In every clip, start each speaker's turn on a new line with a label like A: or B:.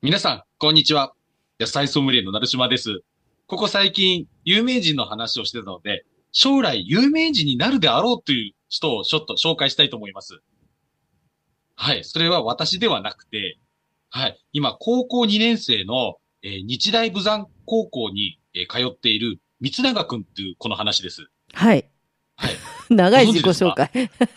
A: 皆さん、こんにちは。野菜ソムリエの成島です。ここ最近、有名人の話をしてたので、将来有名人になるであろうという人をちょっと紹介したいと思います。はい、それは私ではなくて、はい、今、高校2年生の、えー日大武山高校に、えー通っている三永くんというこの話です。
B: はい。
A: はい
B: 長い自己紹介。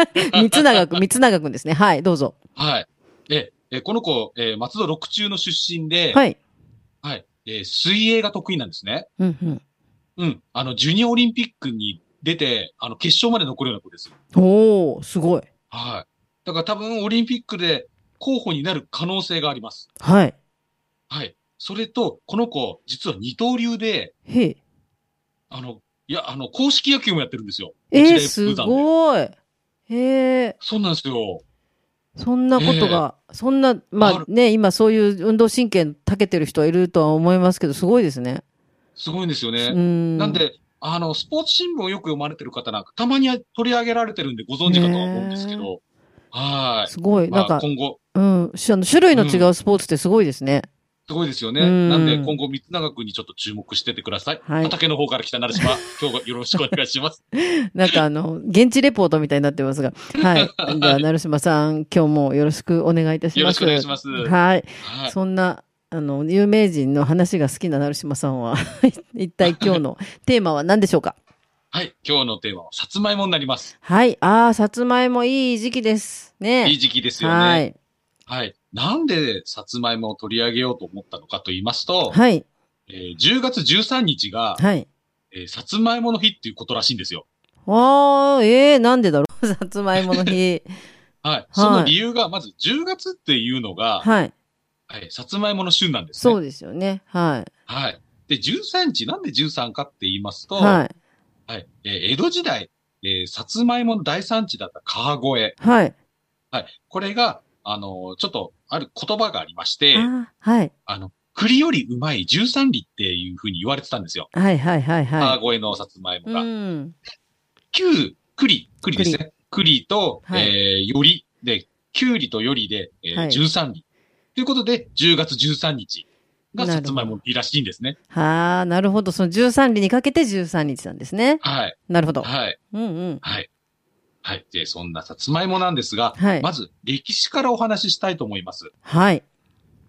B: 三永くん、三永くんですね。はい、どうぞ。
A: はい。え、えこの子、えー松戸六中の出身で、
B: はい。
A: えー水泳が得意なんですね。
B: うんうん。
A: うん。あの、ジュニアオリンピックに出て、あの、決勝まで残るような子です。
B: おー、すごい。
A: はい。だから多分、オリンピックで候補になる可能性があります。
B: はい。
A: はい。それと、この子、実は二刀流で、
B: へえ。
A: あの、いや、あの、公式野球もやってるんですよ。
B: え
A: 日
B: ー、
A: 大
B: す
A: 武山で
B: ごい。へえ。
A: そうなんですよ。
B: そんなことが、そんな、まあ
A: ある
B: ね、今そういう運動神経長けてる人はいるとは思いますけど、すごいですね。
A: すごいんですよ
B: う
A: ね。
B: ん。
A: なん、で、あの、スポーツ新聞をよく読まれてる方なんか、たまに取り上げられてるんでご存知かとは思うんですけ
B: ね
A: ど、はい。
B: すごい、なん
A: ま
B: か、
A: あ、今後、
B: うん、しあの種類の違うスポーツってすごいですね。
A: すごいですよね。
B: うん
A: なんで、今後、三永くんにちょっと注目しててください。
B: はい
A: 畑の方から来たなる しま、今日はよろしくお願いします。
B: なんかあの、現地レポートみたいになってますが。はい。じゃあ、成島さん、今日もよろしくお願いいたします。
A: よろしくお願いします
B: はい。
A: はい。
B: そんな、あの、有名人の話が好きな成島さんは、 一体今 日のテーマは何でしょうか
A: はい。今日のテーマは、さつまいもになります。
B: はい。ああ、さつまいもいい時期です。ね。
A: いい時期ですよね。は。
B: はいい。
A: なんで、さつまいもを取り上げようと思ったのかと言いますと、
B: はい。
A: えー10月13日が、
B: はい。
A: えーさつまいもの日っていうことらしいんですよ。
B: ああ、ええなんでだろう さつまいもの 日。
A: はい。その理由が、まず10月っていうのが、
B: はい。
A: はい、さつまいもの旬なんですね。
B: そうですよね。は
A: はい。で、13日、なんで13かって言います
B: い。
A: と、
B: はい。
A: はい。えー江戸時代、えーさつまいもの大産地だった川越。
B: はい。
A: はい。これが、あのーちょっと、ある言葉がありまして、あ
B: ああ、はい。
A: の、栗よりうまい13里っていうふうに言われてたんですよ。
B: はいはいはいはい。
A: 川越のさつまいも
B: う
A: が。
B: ん。
A: 九、栗、栗ですね。栗と、
B: はい
A: えーよりで、きゅうりとよりで、えー
B: はい
A: 13里。ということで、10月13日が
B: なる
A: さ
B: ほど
A: つまいもの日らしいんですね。
B: はあ、なるほど。その13里にかけて13日なんですね。
A: はい。
B: なるほど。
A: はい。
B: うんうん。
A: はい。はい。で、そんなさつまいもなんですが、
B: はい
A: まず歴史からお話ししたいと思います。
B: はい。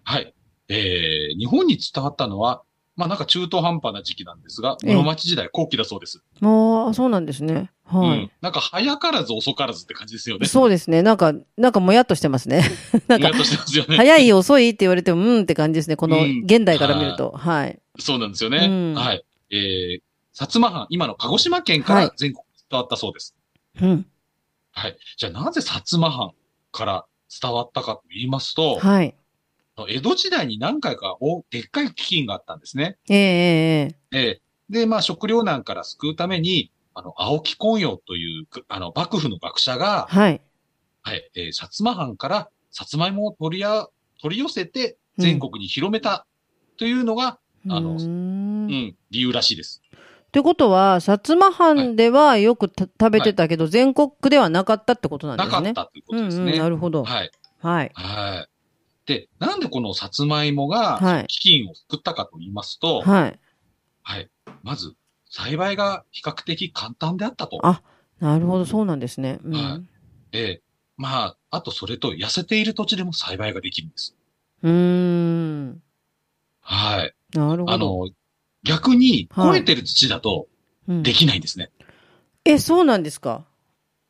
A: はい。えー、日本に伝わったのは、まあなんか中途半端な時期なんですが、
B: ええ
A: 室町時代後期だそうです。
B: ああ、そうなんですね。
A: う
B: は
A: ん。なんか早からず遅からずって感じですよね。
B: い。そうですね。なんか、なんかもやっとしてます ね。
A: う
B: なん
A: ぼや
B: か
A: っ、としてますよね。
B: 早い遅いって言われても、うんって感じですね。この
A: うん
B: 現代から見ると。はい。
A: そうなんですよね。
B: うん
A: はい。えー、薩摩藩、今の鹿児島県か
B: はい
A: ら全国に伝わったそうです。
B: うん。
A: はい。じゃあなぜ薩摩藩から伝わったかと言いますと、
B: はい。
A: 江戸時代に何回かおでっかい飢饉があったんですね。
B: ええええ
A: えーで、まあ食糧難から救うために、あの、青木昆陽というく、あの、幕府の学者が、
B: はい。
A: はい、えー、薩摩藩から薩摩芋を取りや、取り寄せて全国に広めたというのが、あの
B: うー
A: うんん、理由らしいです。
B: ってことは、薩摩藩ではよくた食べてたけど、全国区ではなかったってことなんで
A: なか
B: すね。っ
A: っ
B: た
A: ということです
B: うんうん、
A: ね。
B: なるほど。
A: はい、
B: はい。
A: はい。で、なんでこのさつまいもが、
B: はい
A: 飢饉を救ったかと言いますと、はい、
B: はい。
A: まず、栽培が比較的簡単であったと。
B: あなるほど、そうなんですね。う
A: は
B: ん。
A: えーまあ、あとそれと、痩せている土地でも栽培ができるんです。
B: うーん。
A: はい。
B: なるほ
A: あ
B: ど。
A: の、逆に、
B: はい
A: 肥えてる土だと、
B: うん
A: できないんですね。
B: え、そうなんですか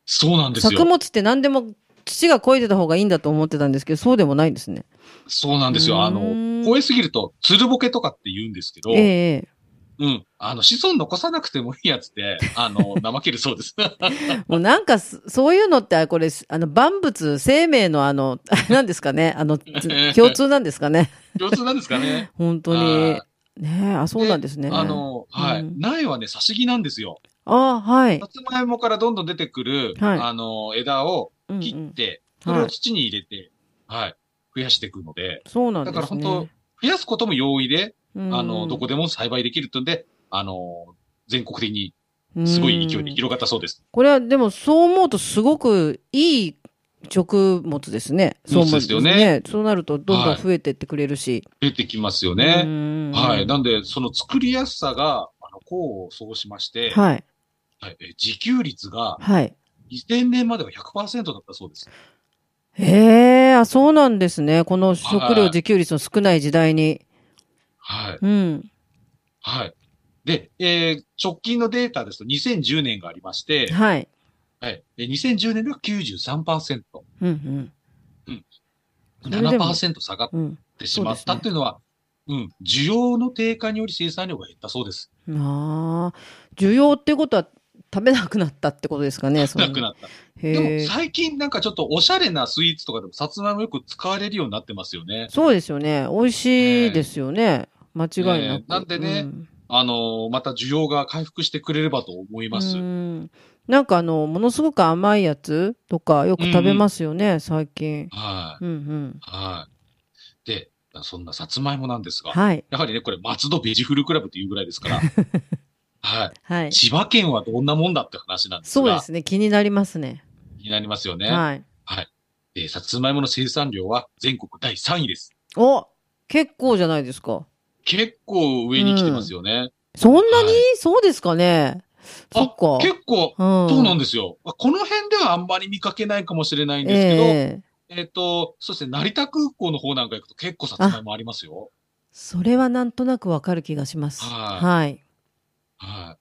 A: そうなんですよ。
B: 作物って何でも土が肥えてた方がいいんだと思ってたんですけど、そうでもないんですね。
A: そうなんです
B: うー
A: よ。
B: ん
A: あの、超えすぎると、つるぼけとかって言うんですけど、
B: ええ
A: うん。あの、子孫残さなくてもいいやつ って、あの、怠けるそうです。
B: もうなんかそ、そういうのって、これ、あの、万物、生命のあの、 あれなんですかね、あ の、つ共通なんですかね。
A: 共通なんですかね。
B: 本当に。ねえ、あ、そうなんですね。
A: あの、はい。
B: うん
A: 苗はね、差し木なんですよ。
B: あはい。
A: さつまいもからどんどん出てくる、
B: はい
A: あの、枝を
B: うんう
A: 切っ
B: ん、
A: て、
B: うん
A: それ
B: は
A: を
B: い
A: 土に入れて、はい。増やしていくので、
B: そうなん
A: だ
B: ですね。
A: から本当、増やすことも容易で、
B: うん
A: あの、どこでも栽培できるってんで、あの、全国的にすごい勢いで
B: うん
A: 広がったそうです。
B: これはでもそう思うとすごくいい食物ですね。そう思う
A: そうですよね。
B: そうなるとどんどん増えてってくれるし。
A: 出てきますよね。
B: ね
A: はい。なんで、その作りやすさが、あの、功を奏しまして、はい
B: はい。
A: え自給率が
B: はい。
A: 2000年までは100%だったそうです。
B: へえ、あ、そうなんですね。この食料自給率の少ない時代に。
A: はい。
B: うん。
A: はい。で、えー直近のデータですと2010年がありまして、
B: はい。
A: はい。えー2010年が93%、
B: うんれでも
A: 7%下がっ
B: うん。うん。
A: てしまったっていうのは、うん、需要の低下により生産量が減ったそうです。
B: なあ。需要ってことは食べなくなったってことですかね。その
A: なくなった。で
B: へ
A: も
B: え。
A: 最近なんかちょっとおしゃれなスイーツとかでもさつまいもよく使われるようになってますよね。
B: そうですよね。美味しいですよね。間違いな
A: え
B: く
A: え。なんでね
B: うん
A: あのーまた需要が回復してくれればと思います。
B: うんなんかあの、ものすごく甘いやつとかよく食べますよね、最近。
A: は
B: うんうん。
A: い。はい。で、そんなさつまいもなんですが、
B: はい。
A: やはりね、これ、松戸ベジフルクラブというぐらいです から、は
B: はい
A: い。。千葉県はどんなもんだって話なんです
B: そうで
A: が、
B: すね。気になりますね。
A: 気になりますよね。
B: はい。
A: で、さつまいもの生産量は全国第3位です。
B: お結構じゃないですか。
A: 結構上に来てますよね。
B: そんなに、
A: はい
B: そうですかね。そっか。
A: 結構、
B: 構
A: そうなん
B: で
A: ですよ。この辺ではあんまり見かけないかもしれないんですけど、え
B: え
A: っ、
B: え
A: と、そうですね、成田空港の方なんか行くと結構さつまいもありますよ。
B: それはなんとなくわかる気がします。
A: はい
B: はい。
A: は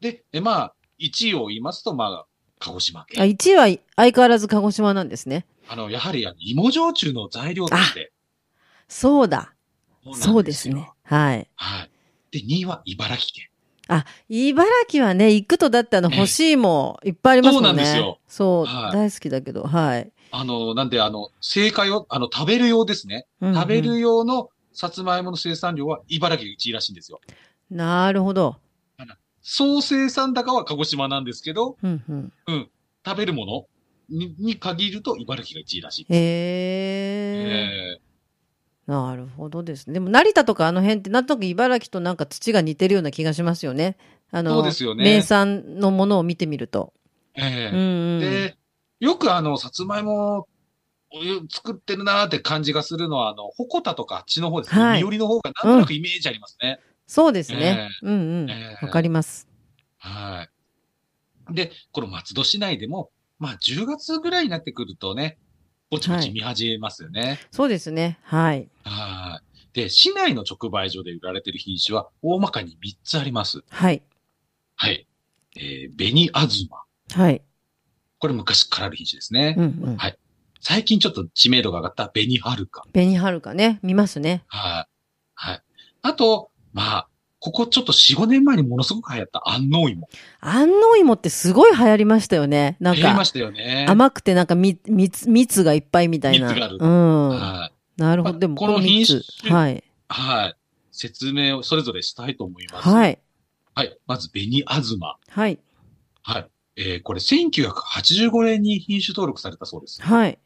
A: い。で、えまあ、1位を言いますと、まあ、鹿児島
B: あ、
A: 県。
B: 1位は相変わらず鹿児島なんですね。
A: あの、やはり、あの芋焼酎の材料として、
B: そうだ。
A: そうなん
B: そうです
A: よ
B: ね。。はい。
A: はい。で、2位は茨城県。
B: あ、茨城はね、行くとだってあの、
A: ええ
B: 欲しいもいっぱいありますもんね。
A: そうなんですよ。
B: そう、
A: はい
B: 大好きだけど、はい。
A: あの、なんで、あの、正解を、あの、食べる用ですね。
B: うんうん
A: 食べる用のさつまいもの生産量は茨城が1位らしいんですよ。
B: なるほど。
A: 総生産高は鹿児島なんですけど、
B: うんうん。
A: 食べるものにに限ると茨城が1位らしい。
B: へえ
A: え
B: なるほどですね。でも、成田とかあの辺って、なんとなく茨城となんか土が似てるような気がしますよね。あの、
A: そうですよね
B: 名産のものを見てみると。
A: ーえ
B: うん
A: ー
B: うん。
A: で、よくあの、さつまいもを作ってるなーって感じがするのは、あの、鉾田とかあっちの方ですね。
B: はい
A: 三、織、の方がなんとなくイメージありますね。
B: そうですね。うんうん。わ、
A: ええ
B: かります。
A: はい。で、この松戸市内でも、まあ10月ぐらいになってくるとね、ぼちぼ
B: は
A: ち
B: い
A: 見始めますよね。
B: そうですね。はい。
A: はい。で、市内の直売所で売られてる品種は大まかに3つあります。
B: はい。
A: はい。えー、紅あずま。
B: はい。
A: これ昔からある品種ですね。
B: うんうん
A: はい。最近ちょっと知名度が上がった紅はるか。
B: 紅はるかね。見ますね。
A: はい。はい。あと、まあ、ここちょっと4、5年前にものすごく流行った安納芋。
B: 安納芋ってすごい流行りましたよね。なん
A: 流行りま
B: か、
A: したよね。
B: 甘くてなんかみ蜜、蜜がいっぱいみたいな。
A: 蜜がある
B: うん。
A: はい。
B: なるほ
A: ま
B: ど。
A: あ
B: でも、
A: この
B: 三
A: 品
B: つ
A: 種
B: はい。
A: はい。説明をそれぞれしたいと思います。。
B: はいい。
A: はい。まず、紅あずま。
B: はい。
A: はい。えー、これ1985年に品種登録されたそうです。
B: はい。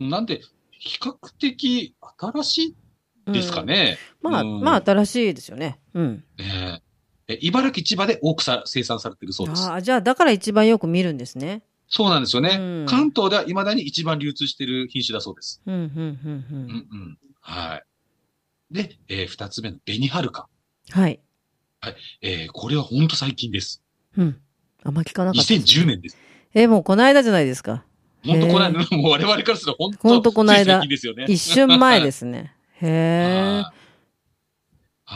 A: なんで、比較的新し
B: う
A: い
B: ん
A: ですか。ね。
B: まあ、
A: うん
B: まあ、新しいですよね。うん。
A: ねええ茨城、千葉で多くさ生産されてるそうです
B: あ。あ、じゃあ、だから一番よく見るんですね。
A: そうなんですよね。
B: うん
A: 関東では未だに一番流通してる品種だそうです。
B: うん、うん、うん、う
A: うん
B: ん。
A: うん。はい。で、えー二つ目の紅はるか。
B: はい。
A: えーこれはほんと最近です。
B: うん。あんま聞かなかった。
A: 2010年です。
B: え、もうこの間じゃないですか。
A: ほんとこの間、もう我々からするとほんと、
B: ほんとこの間
A: つい最近ですよね。
B: 一瞬前です ね。へえ。
A: はい。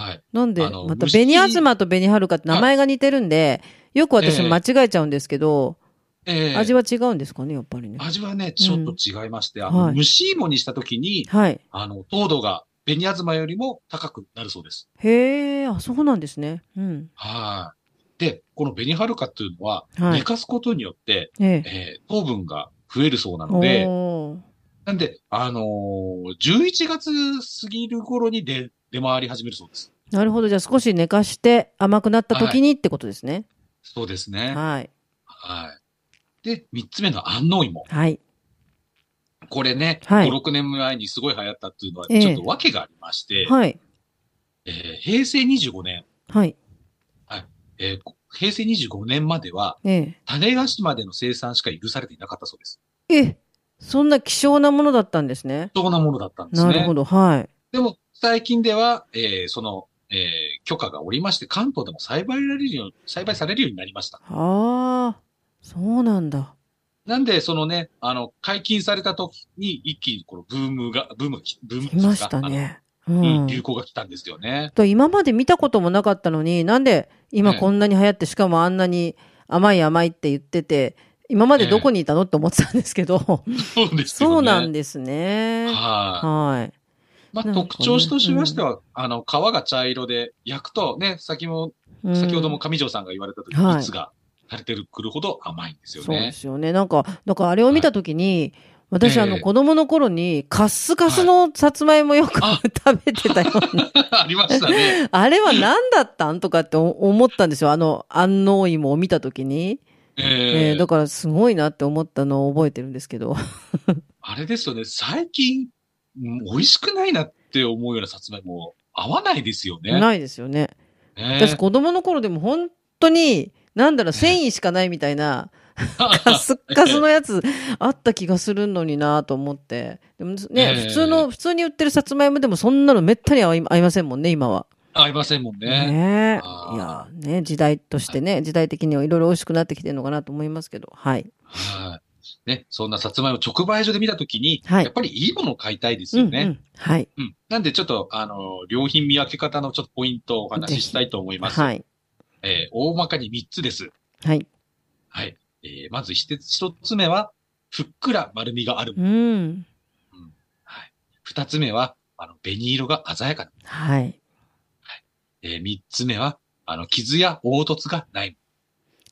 A: はい。
B: なんで、
A: あの
B: また、
A: 虫に
B: 紅あずまと紅はるかって名前が似てるんで、よく私
A: ええ
B: 間違えちゃうんですけど、
A: えー
B: 味は違うんですかね、やっぱりね。
A: 味はね、ちょっと違いまして、あ
B: は
A: の、
B: い
A: 蒸し芋にしたときに、
B: はい。
A: あの、糖度が紅あずまよりも高くなるそうです。
B: へえ、あ、そうなんですね。うん。
A: はい。で、この紅はるかっていうのは、
B: はい
A: 寝かすことによって、
B: ええ。
A: えー糖分が増えるそうなので、
B: おー
A: なんで、あのー11月過ぎる頃に出、出回り始めるそうです。
B: なるほど。じゃあ少し寝かして甘くなった時にってことですね。
A: そうですね。は
B: はい。
A: い。で、3つ目の安納芋。
B: はい。
A: これね、
B: はい
A: 5、6年前にすごい流行ったっていうのは、
B: ええ
A: ちょっと訳がありまして、
B: はい。
A: えー平成25年、
B: はい。
A: えーこ平成25年までは、
B: え
A: 種菓子までの生産しか許されていなかったそうです。
B: え。え、そんな希少なものだったんですね。
A: 貴重なものだったんです
B: なる
A: ね
B: ほ。ど。はい。
A: でも、最近では、えーその、えー許可がおりまして、関東でも栽培られるよう、栽培されるようになりました。
B: ああ、そうなんだ。
A: なんで、そのね、あの、解禁された時に一気にこのブームが、ブームが来、ブームって
B: い
A: いうか
B: ました。ね。う
A: あのうんん、。流行が来たんですよ ね。
B: と今まで見たこともなかったのに、なんで今
A: ええ
B: こんなに流行って、しかもあんなに甘い甘いって言ってて、今までどこにいたのって思ってたんですけど、
A: そうですよね。
B: そうなん
A: で
B: ですね。
A: はい。
B: はい。なん
A: まあ、
B: かね
A: 特徴としましては、あの、皮が茶色で、焼くとね、先も、
B: うん
A: 先ほども上条さんが言われたとき、
B: はい
A: 蜜が垂れてるくるほど甘いんですよ
B: そうで
A: ね。
B: すよね。なんか、だからあれを見たときに、私、
A: ええ
B: あの、子供の頃に、カッスカスのさつまいもよく、
A: あ
B: 食べてたような。
A: ありまし たね。
B: あれは何だったんとかって思ったんですよ。あの、安納芋を見たときに。
A: え
B: え
A: え
B: ーだからすごいなって思ったのを覚えてるんですけど。
A: あれですよね、最近、うん美味しくないなって思うようなさつまいも、合わないですよね。
B: ないですよね。
A: ね
B: 私、子供の頃でも本当に、なんだろう、繊維しかないみたい な、カスッカスのやつ、あった気がするのになと思って。でもね、
A: ええ
B: 普通の、普通に売ってるさつまいもでもそんなのめったに合い合いませんもんね、今は。
A: 合いませんもんね。
B: ね
A: あ
B: え。い
A: ー
B: や、ね、時代としてね、時代的にはいろいろ美味しくなってきてるのかなと思いますけど。はい。
A: はい。ね、そんなさつまいも直売所で見たときに、
B: はい
A: やっぱりいいものを買いたいですよ
B: う
A: ね。う
B: う
A: んん、うん
B: ん。はい。
A: なんでちょっと、あの、良品見分け方のちょっとポイントをお話ししたいと思います。
B: はい。
A: えー大まかに3つです。
B: はい。
A: はい。えーまず1つ一つ目は、ふっくら丸みがあるも
B: う
A: の。
B: ん。
A: はい。2つ目は、あの、紅色が鮮やかな。
B: はい。
A: えー、3つ目は、あの、傷や凹凸がない。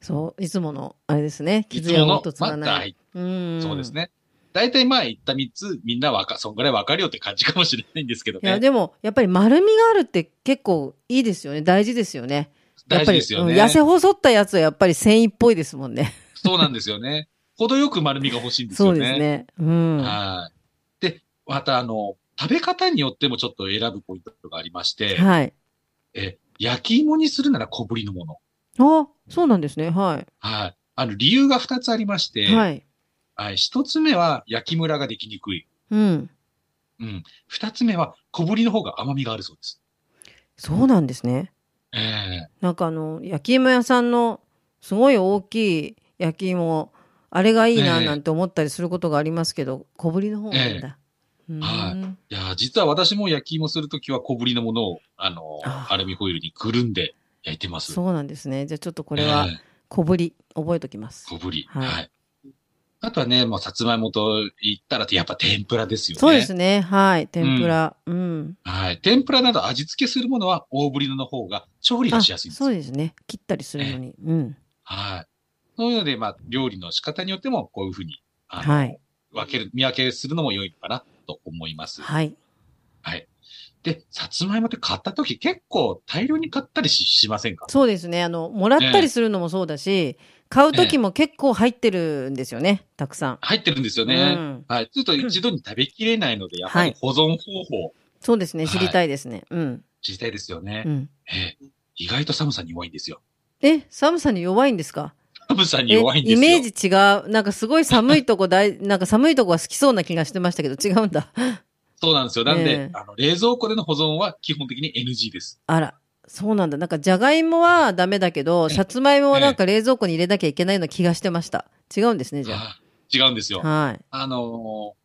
B: そう、いつもの、あれですね。
A: い
B: 傷
A: つ
B: や
A: も
B: 凹
A: の、
B: 凸が
A: まあ、
B: ない。
A: 大
B: うん。
A: そうです。ね。大体まあ言った3つ、みんなわか、そんぐらいわかるよって感じかもしれないんですけど
B: いや、
A: ね。
B: でも、やっぱり丸みがあるって結構いいですよね。大事ですよね。
A: 大事ですよね。
B: やっぱり、うん痩せ細ったやつはやっぱり繊維っぽいですもんね。
A: そうなんです よね。程よく丸みが欲しいんです
B: そ
A: よ
B: う
A: ね。
B: ですね。うん。は
A: はい。で、また、あの、食べ方によってもちょっと選ぶポイントがありまして、
B: い。
A: え焼き芋にするなら小ぶりのもの。
B: あ、そうなんですね。は
A: はい。あの、理由が2つありまし
B: い。
A: て、
B: は。
A: はいい。1つ目は焼きムラができにくい。
B: うん。
A: うん。2つ目は小ぶりの方が甘みがあるそうです。
B: そうなんですね。
A: ええ
B: なんかあの、焼き芋屋さんのすごい大きい焼き芋、あれがいいな
A: ええ
B: なんて思ったりすることがありますけど、小ぶりの方がいいんだ。うーん
A: はいいやー、実は私も焼き芋するときは小ぶりのものを、あの、
B: あー
A: アルミホイルにくるんで焼いてます。
B: そうなんですね。じゃあちょっとこ
A: こ
B: れは小ぶり、覚えときます。
A: 小ぶり。
B: は
A: はいい。あとはね、もう、さつまいもと言ったら、やっぱ天ぷらですよね。
B: そうですね。はい。天ぷら。うん。
A: はい。天ぷらなど味付けするものは大ぶりの方が調理が
B: あ
A: しやすいんです。
B: そうですね。切ったりするのに。うん。
A: はい。そういうので、まあ、料理の仕方によっても、こういうふうに、あの
B: はい。
A: 分ける、見分けするのも良いのかなと思います。
B: はい。
A: はい。で、さつまいもって買った時結構大量に買ったりししませんか
B: そうですね。あの、もらったりするのもそうだし、買う時も結構入ってるんですよね。たくさん。
A: 入ってるんですよ
B: う
A: ね。
B: ん、
A: はい。ちょっと一度に食べきれないので、やっぱり保存方法
B: そうですね。
A: はい
B: 知りたいですね。うん。
A: 知りたいですよね
B: う。ん。
A: ええ意外と寒さに弱いんですよ。
B: え、寒さに弱いんですか
A: 寒さに
B: え
A: 弱いんです
B: イ
A: よ。
B: メージ違う。なんかすごい寒いとこ大、 なんか寒いとこが好きそうな気がしてましたけど、違うんだ。
A: そうなんですよ。なんで、
B: ねえ
A: あの、冷蔵庫での保存は基本的に NG です。
B: あら、そうなんだ。なんかじゃがいもはダメだけど、
A: ええ
B: さつまいもはなんか冷蔵庫に入れなきゃいけないような気がしてました。違うんですね、じゃ
A: あ違うんです
B: あ。
A: よ。
B: はい。
A: あの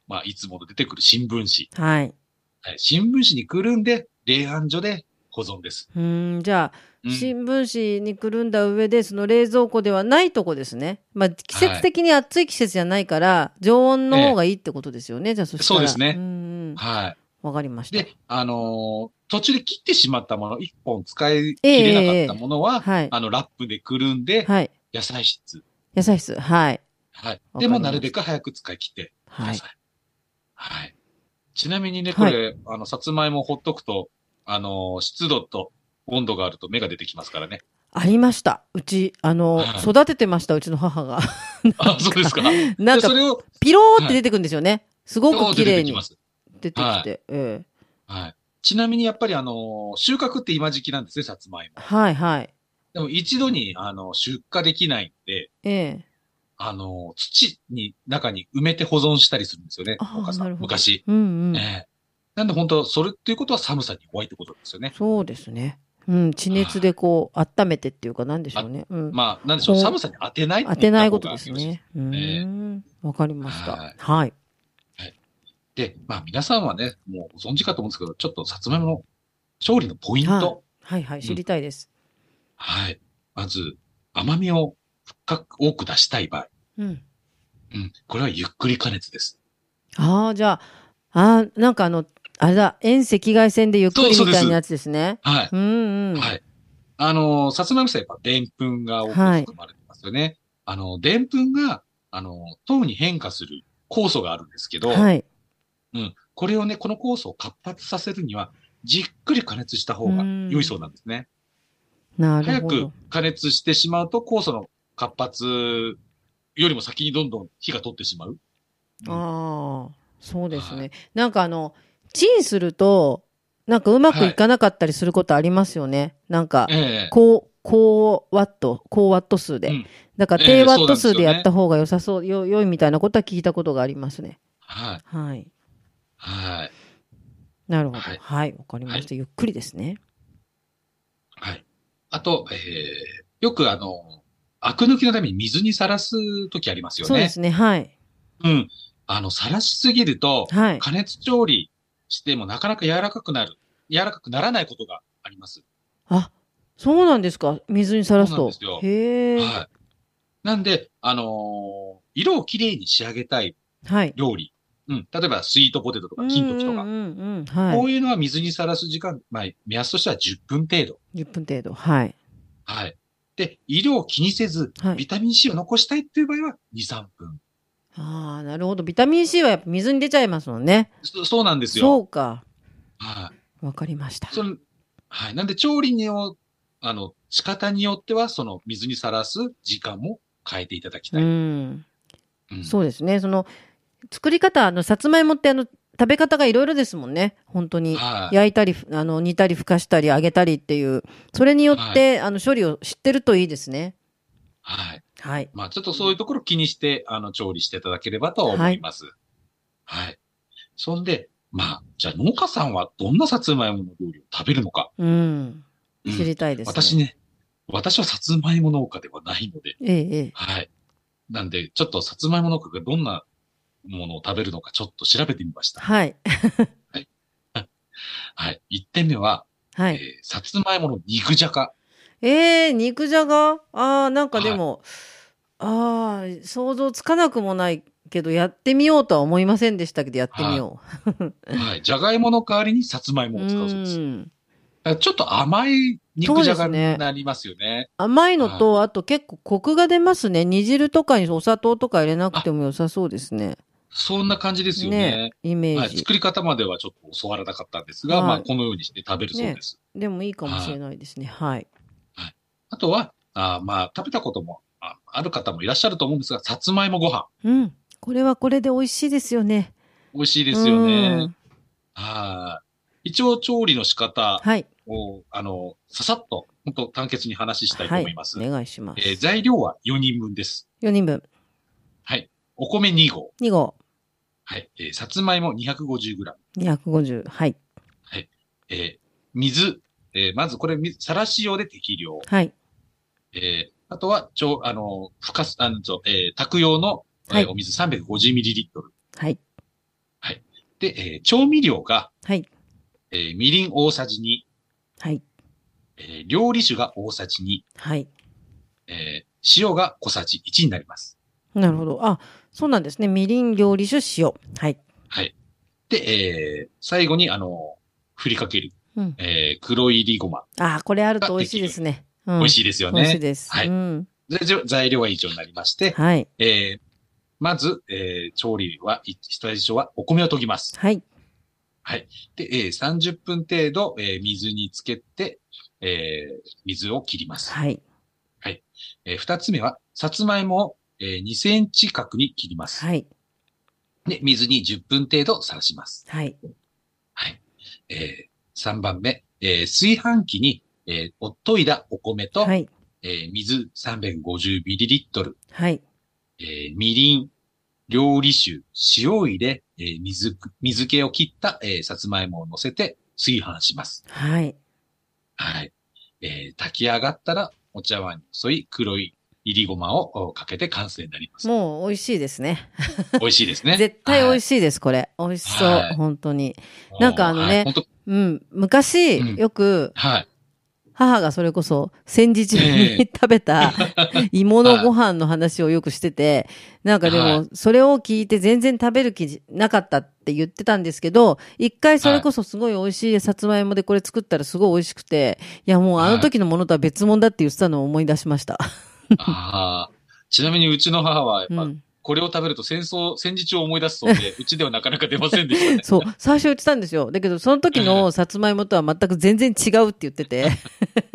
A: ーまあ、いつもの出てくる新聞紙。
B: はい。
A: はい、新聞紙にくるんで、冷暗所で保存です。
B: うーん、じゃあ、
A: うん
B: 新聞紙にくるんだ上で、その冷蔵庫ではないとこですね。まあ、季節的に暑い季節じゃないから、常温の方がいいってことですよね。じゃあ、そしたら。
A: そうですね
B: んうん。
A: はい。
B: わかりました
A: で。、あのー途中で切ってしまったもの、一本使い切れなかったものは、
B: はい。
A: あの、ラップでくるんで、
B: はい。
A: 野菜室。
B: 野菜室。はい。
A: はい。
B: わか
A: で
B: りま
A: も、
B: した
A: なるべく早く使い切ってく
B: は
A: だ
B: い
A: さ。い。はい。ちなみにね、これ、あの、さつまいもほっとくと、あのー湿度と温度があると芽が出てきま すからね。
B: ありました。うち、あの、
A: はい
B: 育ててました、うちの母 が。
A: あ、そうですか。
B: なん
A: でそ
B: か、
A: れを、
B: ピローって出てくるんですよね。すごく
A: 出
B: 綺
A: て
B: 麗
A: き
B: に
A: ます。
B: 出てきて。
A: はい
B: ええ
A: はい。ちなみにやっぱりあのー収穫って今時期なんですね、さつまいも。
B: はいはい。
A: でも一度に、あの、出荷できないんで、
B: ええ
A: あの、土に、中に埋めて保存したりするんですよね
B: あ、ー
A: 農家さ
B: なる
A: ん
B: ほど
A: 昔。
B: うんうん。
A: ええなんで本当、それっていうことは寒さに弱いってことですよね。
B: そうですね。うん、地熱でこう、温めてっていうか、なんでしょうね。うん。
A: まあ、なんでしょう、
B: こう
A: 寒さに当てないって
B: 当
A: 言
B: て
A: った
B: ない
A: 方
B: こと
A: が
B: です
A: よろしい
B: ね。う
A: ええ
B: ーん。わかりまし
A: は
B: た
A: い。
B: はい。
A: で、まあ皆さんはね、もうご存知かと思うんですけど、ちょっとさつまいもの勝利のポイン
B: はい
A: ト。。
B: はいはい、知りたいです。
A: はい。まず、甘みを深く多く出したい場合。
B: うん。
A: うん。これはゆっくり加熱です。
B: ああ、じゃあ、ああ、なんかあの、あれだ、遠赤外線でゆっくり
A: そうそう
B: み
A: です
B: たいなやつですね。
A: はい。
B: うんうん。
A: はい。あの、さつまいもさやっぱでんぷんが多く含まれてますよね。あの、でんぷんが、あの、糖に変化する酵素があるんですけど、
B: はい。
A: うん。これをね、この酵素を活発させるには、じっくり加熱した方が良いそうなんですね。
B: なる
A: 早
B: ほ
A: く
B: ど。
A: 加熱してしまうと、酵素の活発よりも先にどんどん火が通ってしまう。
B: ああ、そうです
A: は
B: ね。なんかあの、チンすると、なんかうまくいかなかったりすることありますよね。なんか、
A: ええ
B: 高、高ワット、高ワット数で。
A: うん
B: だから
A: え
B: 低
A: え
B: ワット
A: そう
B: 数
A: なんです
B: で
A: よね
B: やった方が良さそう、よ、良いみたいなことは聞いたことがありますね。
A: はい。
B: はい。
A: はい。
B: なるほど。
A: はい
B: はい。わかりました。ゆっくりですね。
A: はい。あと、えーよくあの、アク抜きのために水にさらすときありますよね。
B: そうですね。はい。
A: うん。あの、さらしすぎると、
B: はい。
A: 加熱調理してもなかなか柔らかくなる、柔らかくならないことがあります。
B: あ、そうなんですか。水にさらすと。
A: そうなんで
B: へえ。は
A: はい。なんで、あのー色をきれいに仕上げたい
B: い。
A: 料理。うん。例えば、スイートポテトとか、金時と
B: う
A: か。
B: んうんうんうん。は
A: こういうのは水にさらす時間、まあ、目安としては10分程度。
B: い。10分程度。はい。
A: はい。で、色を気にせず、
B: はい
A: ビタミン C を残したいっていう場合は、2、3分。
B: ああ、なるほど。ビタミン C はやっぱ水に出ちゃいますもんね。
A: そそうなんです
B: そ
A: よ。
B: うか。
A: はい。
B: わかりました。
A: その、はい。なんで、調理によ、あの、仕方によっては、その、水にさらす時間も変えていただきた
B: う
A: い。
B: ん。
A: うん
B: そうですね。その、作り方、あの、さつまいもってあの、食べ方がいろいろですもんね。本当に。
A: はい。
B: 焼いたり、あの、煮たり、ふかしたり、揚げたりっていう。それによって、あの、処理を知ってるといいですね。
A: はい。
B: はい。
A: まあ、ちょっとそういうところ気にして、あの、調理していただければと思います。はい。そんで、まあ、じゃあ農家さんはどんなさつまいもの料理を食べるのか。
B: うん。
A: うん
B: 知りたいですね。
A: 私ね、私はさつまいも農家ではないので、
B: ええ、ええ。
A: はい。なんで、ちょっとさつまいも農家がどんなものを食べるのかちょっと調べてみました。
B: はい。
A: はい。1点目は、
B: は
A: えー
B: い。
A: さつまいもの肉じゃが。
B: ええ、肉じゃがああ、なんかでも、ああ、想像つかなくもないけど、やってみようとは思いませんでしたけど、やってみよ。
A: はい。じゃがいもの代わりにさつまいうも
B: う
A: を使うそうです。だ
B: ん。
A: からちょっと甘い肉じゃが
B: そうですね
A: になりますよね。
B: 甘いのと、あと結構コクが出ますね。煮汁とかにお砂糖とか入れなくても良さそうですね。
A: そんな感じですよね。
B: イメ
A: は
B: ー
A: い。
B: ジ。
A: 作り方まではちょっと教わらなかったんですが、
B: はい
A: まあ、このようにして食べるそうです。
B: でもいいかもしれないですね。はい。
A: あとは、あーまあ、食べたこともあある方もいらっしゃると思うんですが、さつまいもご飯。
B: うん。これはこれで美味しいですよね。
A: 美味しいですよね。
B: うん。
A: はい。一応、調理の仕方
B: はい。
A: を、あの、ささっと、本当簡潔に話したいと
B: は
A: 思い
B: い。
A: ます。
B: お願いしま
A: えー
B: す。
A: 材料は4人分です。
B: 4人分。
A: はい。お米2合。
B: 2号。
A: はい。えーさつまいも 250g。
B: 250。はい。
A: えー水。えーまずこれ、水さらし用で適量。
B: はい。
A: えーあとは、ちょ、あの、ふかす、あの、ちょえー炊く用の、えー
B: はい
A: お水 350ml。
B: はい。
A: で、えー調味料が、
B: はい。
A: えーみりん大さじ2、
B: はい。
A: えー料理酒が大さじ2、
B: はい。
A: えー塩が小さじ1になります。
B: なるほど。あ、そうなんですね。みりん料理酒塩。はい。
A: はい。で、えー、最後に、あの、振りかける、
B: うん。
A: えー、黒入りごま。
B: ああ、これあると美味しいですね。美
A: 美味
B: い
A: しいですよ
B: 美味しい
A: ね。
B: です。
A: はい
B: うん。
A: でじゃ材料は以上になりまして、
B: はい。
A: えー、まず、えー、調理は、い最初はお米を研ぎます。
B: はい。
A: で、えー、30分程度、えー、水につけて、えー、水を切ります。
B: はい。
A: えー、二つ目は、さつまいもを、えー、2センチ角に切ります。
B: はい。
A: で、水に10分程度さらします。
B: はい。
A: はい。えー、3番目、えー、炊飯器に、えー、おっといだお米と、
B: はい。
A: えー、水 350ml、
B: はい。
A: えー、みりん、料理酒、塩を入れ、えー、水、水気を切った、えー、さつまいもを乗せて炊飯します。
B: はい。
A: はい。えー、炊き上がったら、お茶碗に添い、黒い入りごまをおかけて完成になります。
B: もう美味しいですね。
A: 美味しいですね。
B: 絶対美味
A: し
B: しいです、これ。美味しそう
A: は。い
B: 本当に。
A: い
B: なんかあのね
A: 本当
B: うん。昔、
A: うん
B: よく、
A: はい。
B: 母がそれこそ戦時中
A: え
B: に食べた芋のご飯の話をよくしてて、なんかで
A: は
B: もそれを聞いて全然食べる気なかったって言ってたんですけど、一回それこそすごい美味しいさつまいもでこれ作ったらすごい美味しくて、いやもうあの時のものとは別物だって言ってたのを思い出しました。
A: ああ。ちなみにうちの母は、やっ
B: う
A: ぱ、
B: ん。
A: これを食べると戦争、戦時中を思い出すそうで、うちではなかなか出ませんでしたね。
B: そう、最初言ってたんですよ。だけどその時のさつまいもとは全く全然違うって言ってて。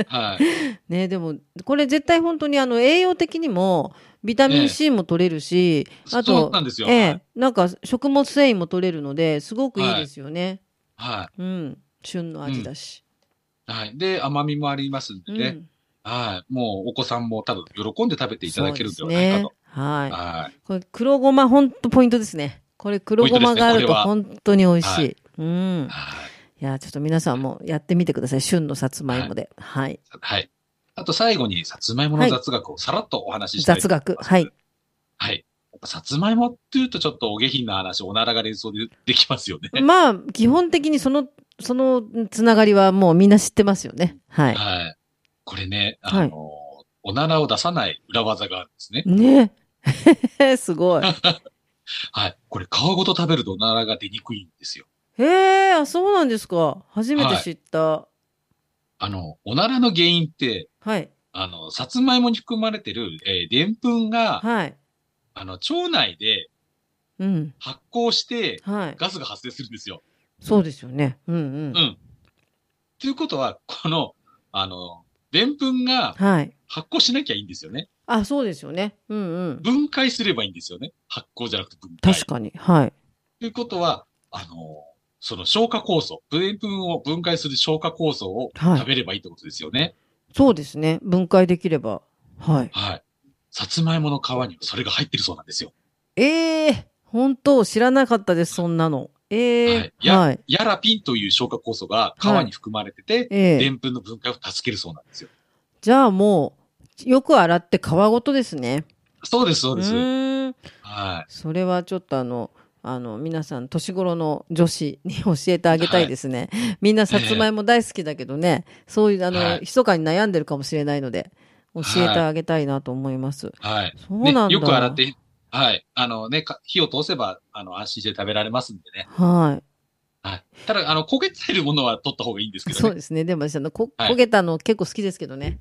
A: はい。
B: ねでもこれ絶対本当にあの栄養的にもビタミン C も取れるし、 あ
A: そう
B: と
A: なんですよ。
B: ええなんか食物繊維も取れるのですごくいいですよね、
A: は
B: うん旬の味だし、
A: い。はい。で、甘みもありますん
B: う
A: で
B: ん
A: ね。はい。もう、お子さんも多分喜んで食べていただけるんで
B: そう
A: は
B: で
A: ない
B: すね
A: かと。
B: はい
A: はい。
B: これ黒ごま本当ポイントですねこれ黒ごまがあると
A: ポ
B: 本当に美味しい、
A: はい
B: うん
A: はい。
B: いやちょっと皆さんもやってみてください旬のさつまいもではい、
A: はい。あと最後に、さつまいもの雑学をさらっとお話ししたいと
B: 雑
A: 思います。
B: 学はい。
A: はい。やっぱさつまいもっていうとちょっとお下品な話、おならが連想でできますよね。
B: まあ基本的にそのそのつながりはもうみんな知ってますよねはい
A: はい。これね、あの、おならを出さない裏技があるんですね。
B: ね すごい。
A: はい。これ皮ごと食べるとおならが出にくいんですよ。
B: へえ、あ、そうなんですか。初めて知った。は
A: あの、おならの原因って、
B: い。はい。
A: あの、さつまいもに含まれてる、えー、でんぷんが、あの、腸内で
B: うん。
A: 発酵して、
B: はい。
A: ガスが発生するんですよ。
B: そうですよね。うんうん。
A: うん。ということは、この、あの、でんぷんが
B: はい。
A: 発酵しなきゃいいんですよね。
B: あ、そうですよね。うんうん。
A: 分解すればいいんですよね。発酵じゃなくて分解。
B: 確かに。はい。
A: ということは、あの、その消化酵素、でんぷんを分解する消化酵素を
B: はい
A: 食べればいいってことですよね。
B: そうですね。分解できれば。はい。
A: はい。さつまいもの皮にはそれが入ってるそうなんですよ。
B: ええ本当知らなかったです、そんなの。え
A: はい
B: え
A: いや
B: はい。
A: ヤラピンという消化酵素が皮に含まれてて、
B: え
A: で
B: え
A: んぷんの分解を助けるそうなんですよ。
B: じゃあもう、よく洗って皮ごとですね。
A: そうです、そう
B: う
A: です。
B: ーん。
A: は
B: それはちょっとあの、あの、皆さん、年頃の女子に教えてあげたいですね。みんなさつまいも大好きだけどね、そういう、あの、
A: はい
B: 密かに悩んでるかもしれないので、教えてあげたいなと思います。
A: い。はい。
B: そう
A: ね
B: なんだ、
A: よく洗っ。て、はい。あのね、か火を通せば、あの、安心して食べられますんでね。
B: は
A: はい。ただ、あの、焦げてるものは取った方がいいんです
B: い。
A: け
B: そ
A: ど
B: う
A: ね。
B: ですね。でも私、あの、こ
A: はい
B: 焦げたの結構好きですけど ね。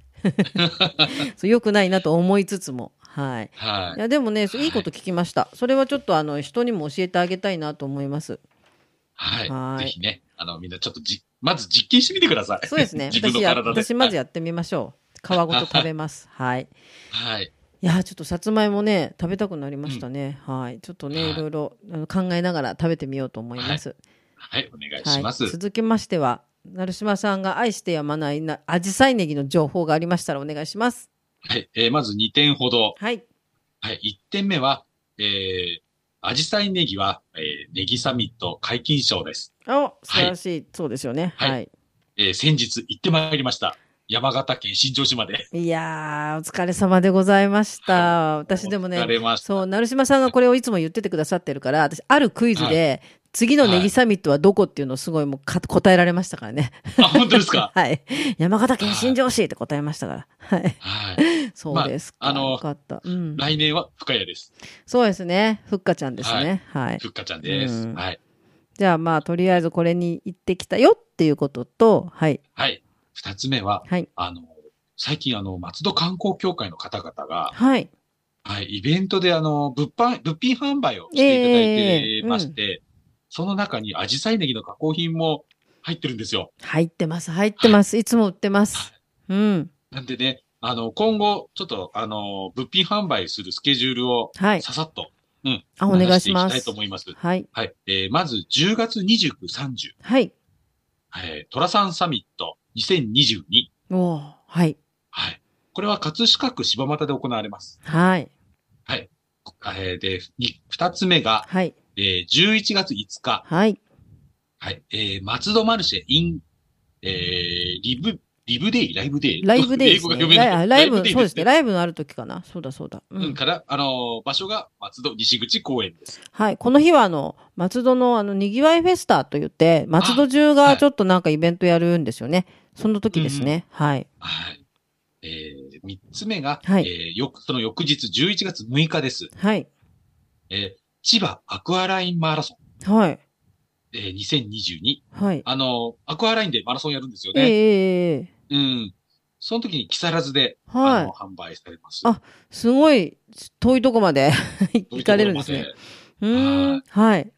B: そうよくないなと思いつつも。はい。
A: はい
B: や、でもね、
A: はい
B: いいこと聞きました。それはちょっと、あの、人にも教えてあげたいなと思います。
A: い。
B: は
A: はいい。ぜひね、あの、みんなちょっとじ、まず実験してみてください。
B: そうですね。
A: 自分の
B: 私や、
A: 体で。
B: 私まずやってみましょう。皮ごと食べます。はい。
A: はい。はい。
B: いやーちょっとさつまいもね食べたくなりましたね、はいちょっとね、
A: はい
B: い、ろいろあの考えながら食べてみようと思います、
A: はいお願い
B: は
A: し
B: い
A: ます。
B: 続きましては成島さんが愛してやまないなアジサイネギの情報がありましたらお願いします
A: はい。えーまず2点ほど。
B: はい
A: はい。1点目は、えー、アジサイネギは、えーネギサミット解禁賞です。
B: お素晴らしい、そうですよねは、
A: はいいえー先日行ってまいりました。山形県新庄市まで。
B: い、やーお疲れ様でございました私でも
A: 疲
B: ね
A: れました。
B: そう成島さんがこれをいつも言っててくださってるから私あるクイズで、次のネギサミットはどこっていうのをすごいもうか答えられましたからね。
A: あ、本当で すか
B: はい。山形県新庄市って答えましたから。はい。
A: はい。
B: そうですか。
A: まああの
B: よかった。うん。
A: 来年は深谷です。
B: そうですね。ふっかちゃんですね。はい。
A: ふっかちゃんです。
B: うん
A: はい。
B: じゃあまあ、とりあえずこれに行ってきたよっていうことと、はい。
A: はい。二つ目は、
B: はい。
A: あの、最近あの、松戸観光協会の方々が、
B: はい。
A: はい、イベントであの、物販、物品販売をしていただ
B: ええ
A: いてまして、その中にアジサイネギの加工品も入ってるんですよ。
B: 入ってます、入ってます。いつも売ってます。うん。
A: なんでね、あの、今後、ちょっと、あの、物品販売するスケジュールを、
B: はい。
A: ささっと、
B: あ、お願いしま
A: 話していきたい
B: す
A: と。思います。
B: はい。
A: はい。えーまず、10月29、30、
B: はい。
A: えー、トラさんサミット2022。
B: おおはい。
A: はい。これは葛飾区柴又で行われます。
B: はい。
A: えーで、に二つ目が、
B: はい。
A: えー、11月5日、
B: はい。
A: はい、えー、松戸マルシェ in、えー、リブ、リブデイ、ライブデイ。
B: ライブデー
A: 英
B: です、
A: 語が
B: ね。
A: 読めない。
B: ライライブ、
A: デイ
B: そうですね。
A: ね。
B: ライブのある時かな。そうだそうだ。う
A: うん、
B: ん。
A: から、あのー場所が松戸西口公園です。
B: はい。この日は、あの、松戸の、あの、にぎわいフェスタと言って、松戸中
A: は
B: が
A: い
B: ちょっとなんかイベントやるんですよね。その時ですね。はい。
A: はい。えー、三つ目が、
B: はい
A: えー、よく、その翌日11月6日です。
B: はい。
A: えー、千葉アクアラインマラソン、
B: はい。
A: えー、2022。
B: はい。
A: あのーアクアラインでマラソンやるんですよ
B: ええ
A: ね。
B: えええ
A: うん。その時に木更津で、
B: えは
A: あの
B: い。
A: 販売されます。
B: あすごい、遠いとこまで 行かれるんですね。うーん。はい。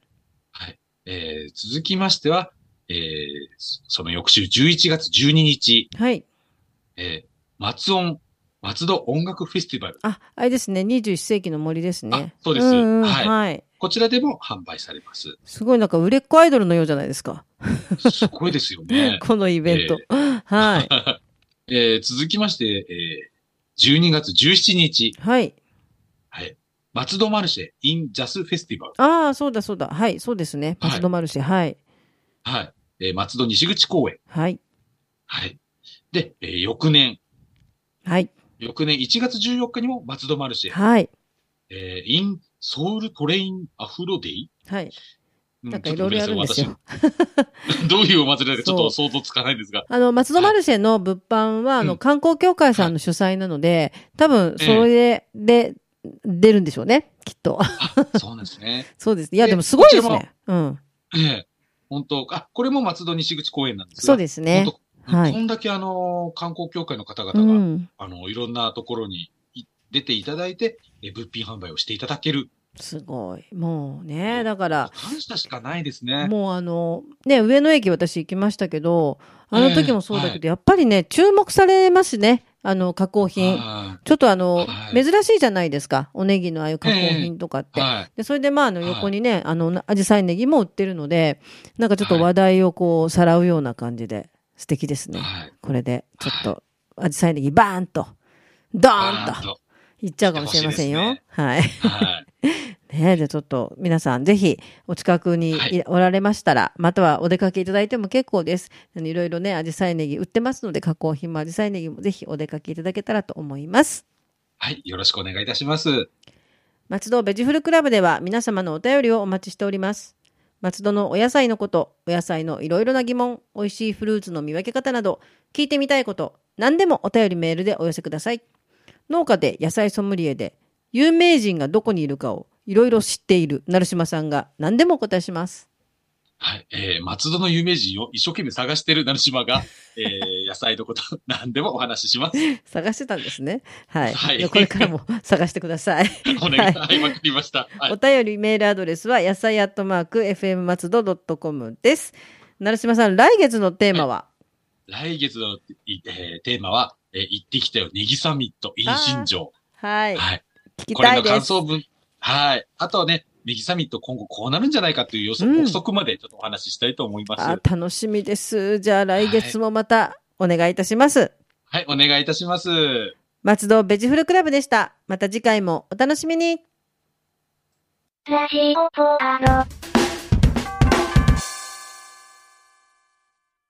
A: はい。えー、続きましては、えー、その翌週11月12日、
B: はい。
A: えー、松音、松戸音楽フェスティバル。
B: あ、あれですね。21世紀の森ですね。
A: あそうです
B: んうん
A: はい
B: はい。
A: こちらでも販売されます。
B: すごいなんか売れっ子アイドルのようじゃないですか。。
A: すごいですよね
B: このイベント。はい。
A: えー、続きまして、えー、12月17日、
B: はい。
A: はい。松戸マルシェ in ジャスフェスティバル。
B: ああ、そうだそうだ。はい、そうですね。
A: はい
B: 松戸マルシェ。はい。
A: はい。えー、松戸西口公園。
B: はい。
A: はい。で、えー、翌年、
B: はい。
A: 翌年1月14日にも松戸マルシェ、
B: はい。
A: えー、in ソウルトレインアフロデイ
B: はい。
A: う
B: なんかいろいろやるんです。
A: ちょっ
B: よ。
A: とごめんなさい私どういうお祭りだかちょっと想像つかないんで すが。
B: あの、松戸マルシェの物販は、あ
A: う
B: の、
A: ん
B: 観光協会さんの主催なので、多分、それで、出るんでしょうね。きっと。
A: そうなんですね。
B: そうです。いや、
A: で
B: でもすごいです
A: こ
B: ね。うん。
A: ええ。本当、あ、これも松戸西口公園なんですが。
B: そうですね。
A: 本当。
B: はい
A: こんだけあの、観光協会の方々
B: う
A: が、
B: ん。
A: あの、いろんなところにい出ていただいて、え物品販売をしていただける。
B: すごい。もうね、だから、
A: 感謝しかないですね。
B: もうあの、ね、上野駅私行きましたけど、あの時もそうだけど、
A: え
B: やっぱりね、注目されますね。あの、加工品。
A: は
B: ちょっとあの、
A: はい
B: 珍しいじゃないですか。おネギのああいう加工品とかっ
A: い。
B: て。
A: はい。
B: で、それでまあ、あの、
A: はい
B: 横にね、あの、アジサイネギも売ってるので、なんかちょっと話題をこう、さらうような感じで、素敵ですね。
A: はい。
B: これで、ちょっと、アジサイネギバーンと、ドーン
A: バーン
B: と、
A: と
B: いっちゃうかもしれませんよ。
A: 行って
B: はい。
A: はい。
B: ねえ、じゃあちょっと皆さんぜひお近くにい
A: はい
B: おられましたら、またはお出かけいただいても結構です。あのいろいろね、アジサイネギ売ってますので、加工品もアジサイネギもぜひお出かけいただけたらと思います。
A: はい。よろしくお願いいたします。
B: 松戸ベジフルクラブでは皆様のお便りをお待ちしております。松戸のお野菜のこと、お野菜のいろいろな疑問、美味しいフルーツの見分け方など、聞いてみたいこと、何でもお便りメールでお寄せください。農家で野菜ソムリエで、有名人がどこにいるかをいろいろ知っている成島さんが何でもお答えします。
A: はい。えー、松戸の有名人を一生懸命探してる成 島が、えー、野菜のこと、何でもお話しします。
B: 探してたんですね。はい。
A: はい
B: やこれ からも探してください。
A: お願い。はい、わかりました。はい
B: お。便りメールアドレスは、野菜アットマーク、FM 松戸 .com です。成島さん、来月のテーマは、
A: 来月の、えーテーマは、えー行ってきたよ、ネギサミット、in 新庄。
B: はい。
A: はい。
B: 聞き
A: これ
B: たい
A: の
B: で
A: 感
B: す。
A: 想文。はい。あとはね、ネギサミット今後こうなるんじゃないかという予測、
B: うん
A: 憶測までちょっとお話ししたいと思います。
B: あ楽しみです。じゃあ来月もまたお願いいたします。
A: はい、お願いいたします。
B: 松戸ベジフルクラブでした。また次回もお楽しみに。
C: ラジオポアド。